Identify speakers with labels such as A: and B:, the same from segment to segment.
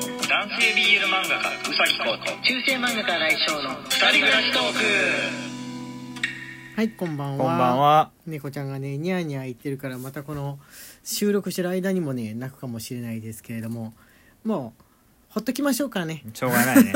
A: 系 BL 漫画家うさぎこと
B: 中世漫画家来翔の
A: 二人暮らしトーク
B: はいこんばんは
C: こんばんは。
B: 猫ちゃんがねニャーニャー言ってるからまたこの収録してる間にもね泣くかもしれないですけれどももうほっときましょうかね
C: しょうがないね。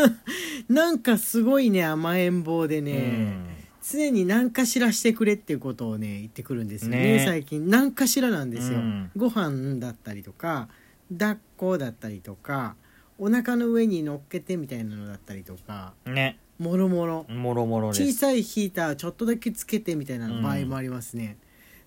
B: なんかすごいね甘えん坊でね、
C: うん
B: 常に何かしらしてくれっていうことをね言ってくるんですよね
C: ね
B: 最近何かしらなんですよ、
C: うん
B: ご飯だったりとか抱っこだったりとかお腹の上に乗っけてみたいなのだったりとか
C: ね。
B: もろもろ
C: もろもろで
B: 小
C: す。
B: さいヒーターちょっとだけつけてみたいな場合もありますね、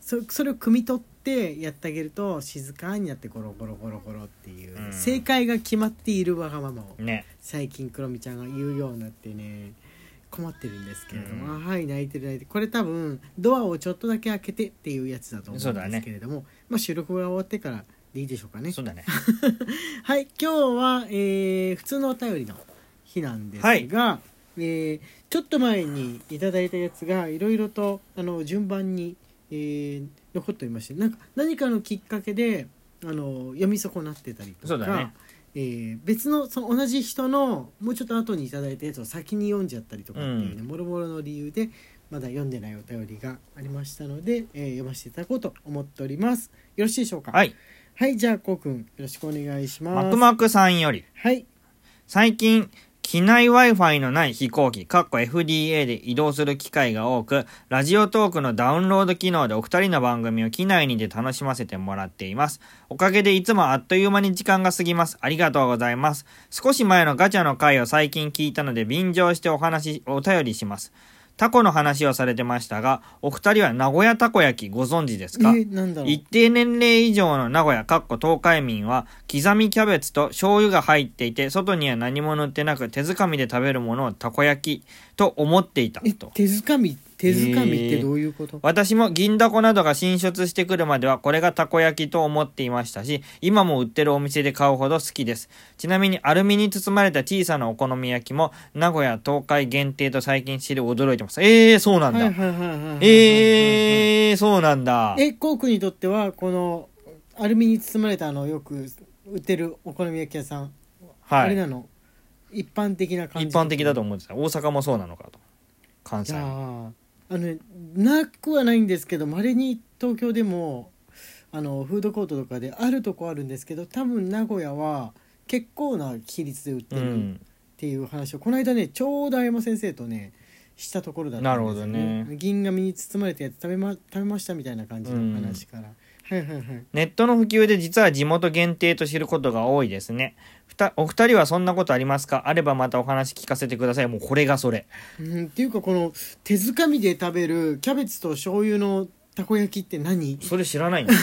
B: そそれを汲み取ってやってあげると静かになってゴロゴロゴロゴロっていう、
C: うん
B: 正解が決まっているわがままを
C: ね。
B: 最近クロミちゃんが言うようになってね困ってるんですけれども、
C: う
B: あはい泣いてる泣いてるこれ多分ドアをちょっとだけ開けてっていうやつだと思
C: そううんだね
B: ですけれども、まあ、収録が終わってからでいいでしょうかね
C: そう だね。
B: はい今日は、えー普通のお便りの日なんですが、えーちょっと前にいただいたやつがいろいろとあの順番に、えー残っておりましてなんか何かのきっかけであの読み損なってたりとか
C: そうだね
B: えー別のその同じ人のもうちょっと後にいただいたやつを先に読んじゃったりとかっていうね、
C: う
B: もろもろの理由でまだ読んでないお便りがありましたので、えー読ませていただこうと思っております。よろしいでしょうか。
C: はい。
B: はい、じゃあ、こうくん、よろしくお願いします。
C: マクマクさんより、
B: はい。
C: 最近、機内 Wi-Fi のない飛行機、かっこ FDA で移動する機会が多く、ラジオトークのダウンロード機能でお二人の番組を機内にて楽しませてもらっています。おかげでいつもあっという間に時間が過ぎます。ありがとうございます。少し前のガチャの回を最近聞いたので便乗してお話、お便りします。タコの話をされてましたが、お二人は名古屋たこ焼きご存知です
B: え
C: か
B: ー、なんだろう。
C: 一定年齢以上の名古屋かっこ東海民は刻みキャベツと醤油が入っていて外には何も塗ってなく手づかみで食べるものをたこ焼きと思っていた
B: え、
C: と
B: 手づかみ、手づかみってどういうこと、
C: 私も銀だこなどが進出してくるまではこれがたこ焼きと思っていましたし今も売ってるお店で買うほど好きですちなみにアルミに包まれた小さなお好み焼きも名古屋東海限定と最近知り驚いてますえー、そうなんだ、
B: はいはいはいはいはいはい。
C: えー、そうなんだ
B: え、こうくんにとっては、この、アルミに包まれた、あの、よく売ってるお好み焼き屋さん、あ
C: は
B: れ
C: い
B: なの一般的な感じ
C: 一般的だと
B: 思
C: 思ってた大阪もそうなのかと関
B: い
C: 西
B: やーあのねなくはないんですけどまれに東京でもあのフードコートとかであるとこあるんですけど多分名古屋は結構な比率で売って
C: う
B: るっ
C: ん
B: ていう話を、この間ねちょうど青山先生とねしたところだったんですよ
C: なるほど
B: 銀紙に包まれたやつ食べ,、ま、食べましたみたいな感じの話から、はいはいはい
C: ネットの普及で実は地元限定と知ることが多いですねふたお二人はそんなことありますかあればまたお話聞かせてくださいもうこれがそれ
B: うん、っていうかこの手づかみで食べるキャベツと醤油のたこ焼きって何
C: それ知らないんだよ、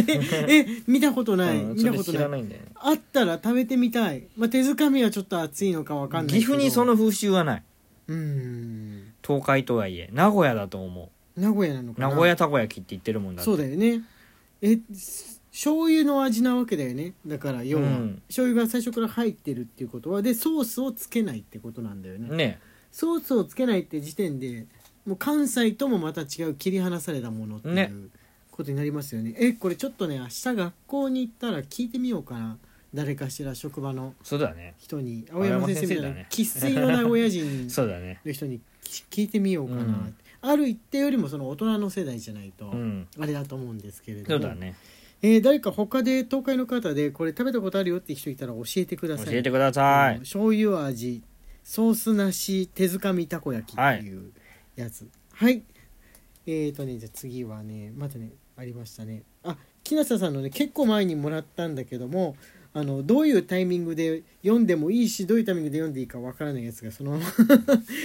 B: え見たことない、
C: うん
B: 見
C: そ
B: た
C: れ
B: こと
C: 知ら
B: な
C: ないいんだよね
B: あったら食べてみたい、まあ、手づかみはちょっと熱いのかわかんない
C: 岐
B: けど
C: 阜にその風習はないう
B: ーん
C: 東海とはいえ名古屋だと思
B: 名古屋なの
C: う
B: かな
C: 名古屋たこ焼きって言ってるもんだって
B: そうだよねえす醤油の味なわけだよねだから要は、
C: うん
B: 醤油が最初から入ってるっていうことはでソースをつけないってことなんだよね
C: ね
B: ソースをつけないって時点でもう関西ともまた違う切り離されたものっていう、
C: ね
B: ことになりますよねえこれちょっとね明日学校に行ったら聞いてみようかな誰かしら職場の
C: そうだね
B: 人に青山先生みたい
C: 青
B: な
C: 山先生だね
B: 生粋の名古屋人
C: そうだね
B: の人に聞いてみようかな、
C: うん
B: ある一定よりもその大人の世代じゃないと、
C: うん
B: あれだと思うんですけれど
C: そ
B: も
C: うだね
B: えー誰か他で東海の方でこれ食べたことあるよって人いたら教えてくだ
C: 教
B: さい
C: えてください
B: 醤油味ソースなし手づかみたこ焼きっていうやつはい、えーとねじゃあ次はねまたねありましたねあ木下さんのね結構前にもらったんだけどもあのどういうタイミングで読んでもいいしどういうタイミングで読んでいいかわからないやつがそのまま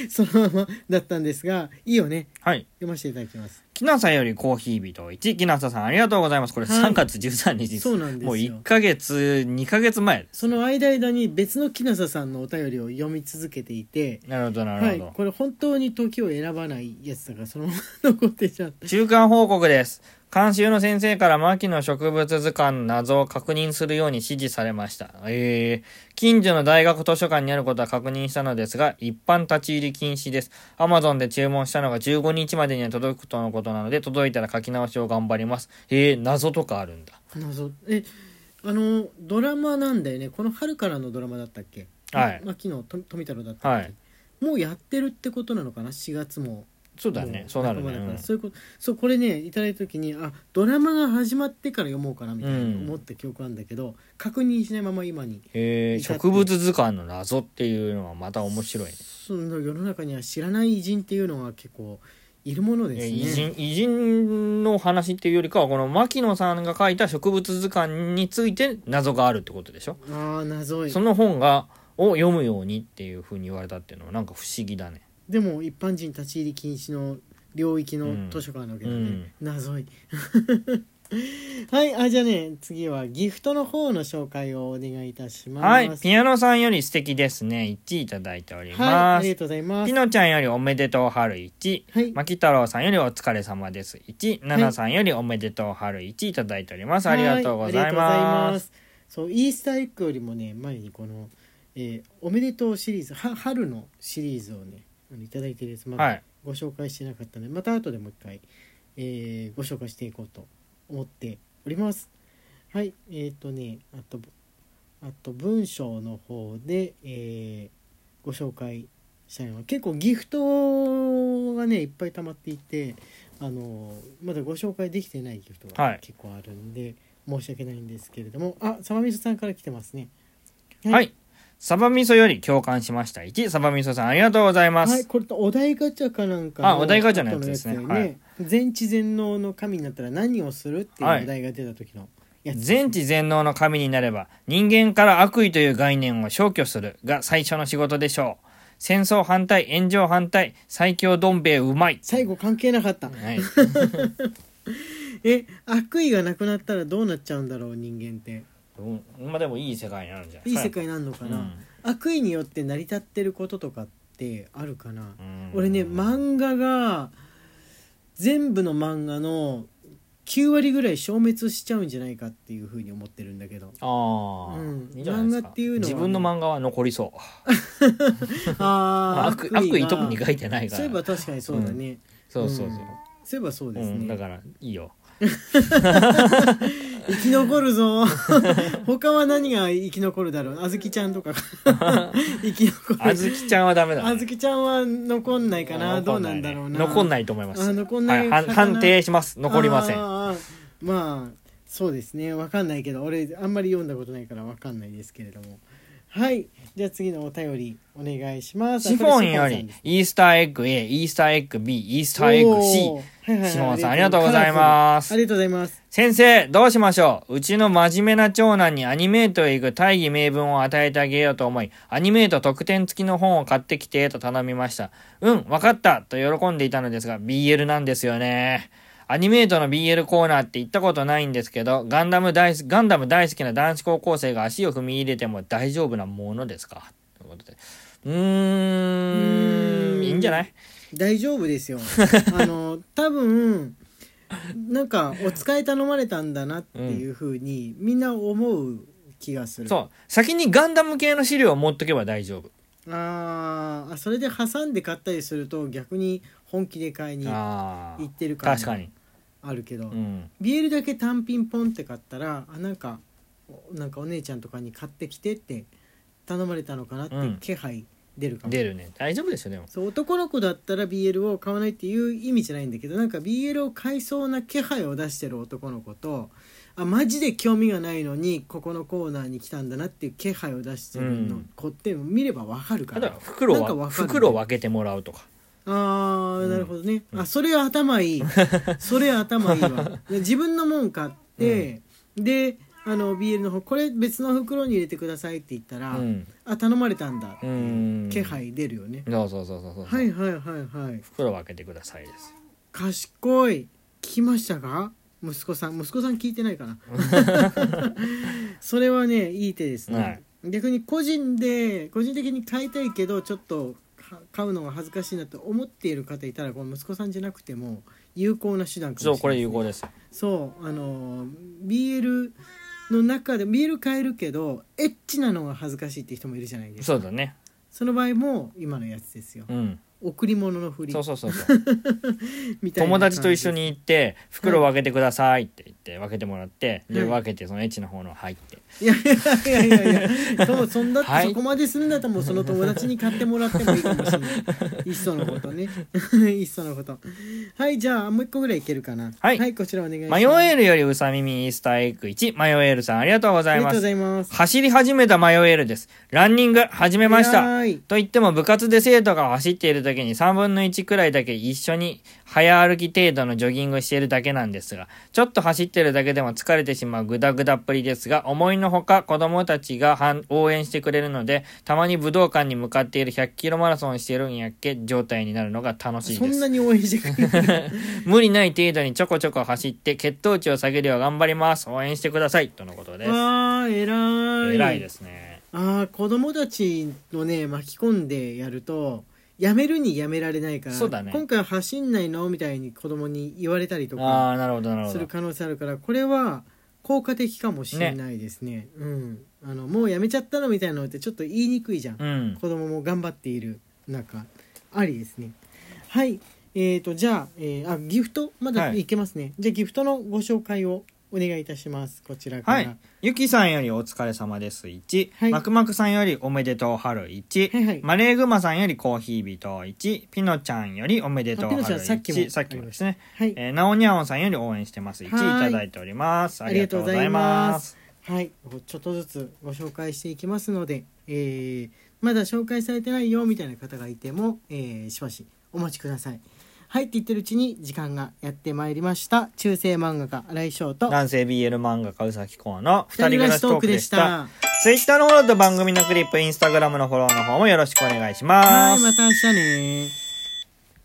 B: そのままだったんですがいいよね
C: はい
B: 読ませていただきます
C: きなさよりコーヒー人1きなささんありがとうございますこれ
B: はい
C: 3月13日です、
B: そうなんですよ
C: もう1ヶ月2ヶ月前
B: その間々に別の木下さんのお便りを読み続けていて
C: なるほどな
B: は
C: る
B: い
C: ほど、
B: これ本当に時を選ばないやつだからそのまま残ってちゃって
C: 中間報告です監修の先生から牧野植物図鑑の謎を確認するように指示されました。えー、近所の大学図書館にあることは確認したのですが、一般立ち入り禁止です。Amazon で注文したのが15日までには届くとのことなので、届いたら書き直しを頑張ります。えー、謎とかあるんだ。
B: 謎えあのドラマなんだよねこの春からのドラマだったっけ
C: はい
B: まあ、昨日と富太郎だったっけ、
C: はい
B: もうやってるってことなのかな4月も
C: そうだね
B: も
C: そうなる
B: 半
C: ね
B: ばだから
C: うん
B: そういうことそうこれねいただいた時にあドラマが始まってから読もうかなみたいな
C: うん
B: 思った記憶なんだけど、確認しないまま今に
C: へえ植物図鑑の謎っていうのはまた面白いね
B: その世の中には知らない偉人っていうのが結構いるものですね。
C: 偉人偉人の話っていうよりかはこの牧野さんが書いた植物図鑑について謎があるってことでしょ、
B: ああ謎い
C: その本がを読むようにっていうふうに言われたっていうのはなんか不思議だね
B: でも一般人立ち入り禁止の領域
C: うん
B: の図書館なわけだね、
C: うん
B: 謎い はいあじゃあね次はギフトの方の紹介をお願いいたします
C: はいピアノさんより素敵ですね1位いただいており
B: はいあ
C: ます、
B: りがとうございます
C: ピノちゃんよりおめでとう春1、
B: はい
C: 牧太郎さんよりお疲れ様です1、ナナさんよりおめでとう春1いただいております。ありがとうござい
B: はありがとうござい
C: ま。
B: ますすそうイースターエッグよりもね前にこの、えーおめでとう」シリーズは春のシリーズをねあのいただいてるやつま
C: は
B: だ
C: い
B: ご紹介してなかったので、また後でもう一回、えーご紹介していこうと思っておりますはいえっ、とねあとあと文章の方で、えーご紹介したいのは結構ギフトがねいっぱい溜まっていてあのまだご紹介できてないギフト
C: はい
B: が結構あるんで、申し訳ないんですけれどもあサマミソさんから来てますね
C: はい、サバ味噌より共感しました1、サバ味噌さんありがとうございます。
B: はい、これとお題ガチャかなんか
C: あお題ガチャのやつですね
B: 後のやつだよ全知全能の神になったら何をするって
C: はい
B: いうお題が出た時のやつですね、
C: 全知全能の神になれば人間から悪意という概念を消去するが最初の仕事でしょう戦争反対炎上反対最強どん兵衛うまい
B: 最後関係なかった、
C: はい、
B: え悪意がなくなったらどうなっちゃうんだろう人間って
C: うんまあでもいい世界になるんじゃない
B: いい世界になるのかな、悪意によって成り立ってることとかってあるかな、
C: うん
B: 俺ね漫画が全部の漫画の9割ぐらい消滅しちゃうんじゃないかっていうふうに思ってるんだけ ど
C: ああ、
B: うん
C: いいじゃないで
B: 漫
C: すか
B: 画っていうのはね
C: 自分の漫画は残りそう
B: あー
C: 悪悪意
B: が
C: 特に書いてないから
B: そういえば確かにそうだね、
C: そうそうそう、
B: そういえばそう
C: う
B: ですね、
C: んだからい いよ
B: 生き残るぞ 他は何が生き残るだろうあずきちゃんと か生き残る
C: あずきちゃんはダメだ、ね、
B: あずきちゃんは残んないかなどうなんだろうな
C: 残ん
B: い
C: ないと思います
B: あ残んない
C: はいはん
B: かな
C: 判定します残りません
B: まあそうですねわかんないけど俺あんまり読んだことないからわかんないですけれどもはいじゃあ次のお便りお願いします
C: シフォンよ
B: あこれシフォンさ
C: り
B: んです
C: イースターエッグ A イースターエッグ B イースターエッグ C
B: おーはいはいはい
C: シフォンさんありがとうございます
B: ありがとうございます
C: 先生どうしましょううちの真面目な長男にアニメートへ行く大義名分を与えてあげようと思いアニメート特典付きの本を買ってきてと頼みましたうんわかったと喜んでいたのですが BL なんですよねアニメートの BL コーナーって行ったことないんですけどガンダム大好きガンダム大好きな男子高校生が足を踏み入れても大丈夫なものですかということでうー
B: うー
C: ん
B: ん
C: いいんじゃない
B: 大丈夫 ですよあの多分なんかお使い頼まれたんだなっていうふうに、みんな思う気がする
C: そう先にガンダム系の資料を持っとけば大丈夫
B: あーあそれで挟んで買ったりすると逆に本気で買いに行
C: ああ
B: ってる感
C: 確
B: じ
C: かに
B: あるけど、
C: うん
B: ビールだけ単品ポンって買ったらあなんかおなんかお姉ちゃんとかに買ってきてって頼まれたのかなって
C: うん
B: 気配出るかも、
C: 出るね大丈夫ですよでも
B: そう男の子だったら BL を買わないっていう意味じゃないんだけどなんか BL を買いそうな気配を出してる男の子とあマジで興味がないのにここのコーナーに来たんだなっていう気配を出してる
C: う
B: の
C: ん
B: 子って見ればわかるか
C: あと
B: ら、
C: は袋
B: なんか
C: は
B: わかる
C: 袋を分けてもらうとか
B: あーなるほどね、
C: うん
B: あそれ頭い いそれ頭いいわで自分のもん買って、であの BL の方これ別の袋に入れてくださいって言った
C: う
B: ら、
C: ん
B: あ頼まれたんだって
C: う
B: いうん気配出るよね、
C: そうそうそうそうそう、
B: はいはいはいはい
C: 袋を分けてくださいです
B: 賢い聞きましたか息子さん息子さん聞いてないか なそれはねいい手ですね、
C: はい
B: 逆に個人で個人的に買いたいけどちょっとか買うのが恥ずかしいなと思っている方いたらこの息子さんじゃなくても有効な手段か
C: そ
B: も
C: う
B: し
C: こ
B: れな
C: れ
B: い
C: 有効です
B: そうあの BL の中で BL 買えるけどエッチなのが恥ずかしいって人もいるじゃないですか
C: そうだね
B: その場合も今のやつですよ
C: うん
B: 贈り物のふり
C: そうそうそうそう
B: みたいな
C: 友
B: 感じ
C: 達と一緒に行って「袋を開けてください」って言って分けてもらって、で
B: うん
C: 分けてそのエッチな方の入って
B: いやいやいやいやいやそうそんだって
C: はい
B: そこまでするんだったらもうその友達に買ってもらってもいいかもしれないいっそのことね いっそのことはいじゃあもう一個ぐらいいけるかな
C: はい
B: こちらお願いします
C: 迷えるよりうさ耳イースターエッグ1迷えるさんありがとうご
B: あ
C: ざい
B: りが
C: ま
B: とうご
C: す
B: ざいます
C: 走り始めた迷えるですランニング始めました
B: 偉い
C: と言っても部活で生徒が走っている時に3分の1くらいだけ一緒に早歩き程度のジョギングをしているだけなんですがちょっと走ってるだけでも疲れてしまうグダグダっぷりですが思いのほか子供たちが反応援してくれるのでたまに武道館に向かっている100キロマラソンをしてるんやっけ状態になるのが楽しい
B: そ
C: で
B: ん
C: す
B: なに応援してくれてる
C: 無理ない程度にちょこちょこ走って血糖値を下げるよう頑張ります応援してくださいとのことです
B: わー偉い
C: 偉いですね
B: ああ子供たちのね巻き込んでやるとやめるにやめられないから
C: そうだね
B: 今回は走んないのみたいに子供に言われたりとか
C: ああなるほどなるほ
B: す
C: ど
B: る可能性あるからこれは効果的かもしれないですねうん、あのもうやめちゃったのみたいなのってちょっと言いにくいじゃん、
C: うん
B: 子供も頑張っている中ありですねはいえー、とじゃあ,、えーあギフトまだ
C: はい
B: いけますね、じゃあギフトのご紹介をお願いいたしますこちらから、
C: はい。ゆきさんよりお疲れ様です。1。
B: はい
C: マクマクさんよりおめでとう春1。
B: はいはい
C: マレーグマさんよりコーヒー人1。ピノちゃんよりおめでとう
B: あピ
C: 春
B: ノちゃん
C: 1。
B: さっきも
C: さっきもですね。
B: はい
C: えー、ナオニャオンさんより応援してます。1。
B: はい
C: いただいております。あ
B: あり
C: りが
B: が
C: と
B: とう
C: うご
B: ご
C: ざ
B: ざ
C: い
B: い
C: ま
B: ますす。はい、ちょっとずつご紹介していきますので、えーまだ紹介されてないよみたいな方がいても、えーしばしお待ちください。はいって言ってるうちに時間がやってまいりました。中世漫画家荒井翔と
C: 男性 BL 漫画家うさきこうの二
B: 二
C: 人暮らしトークでした。。Twitter のフォローと番組のクリップ、Instagram のフォローの方もよろしくお願いし
B: は
C: ま
B: い、
C: す。
B: また明日ね。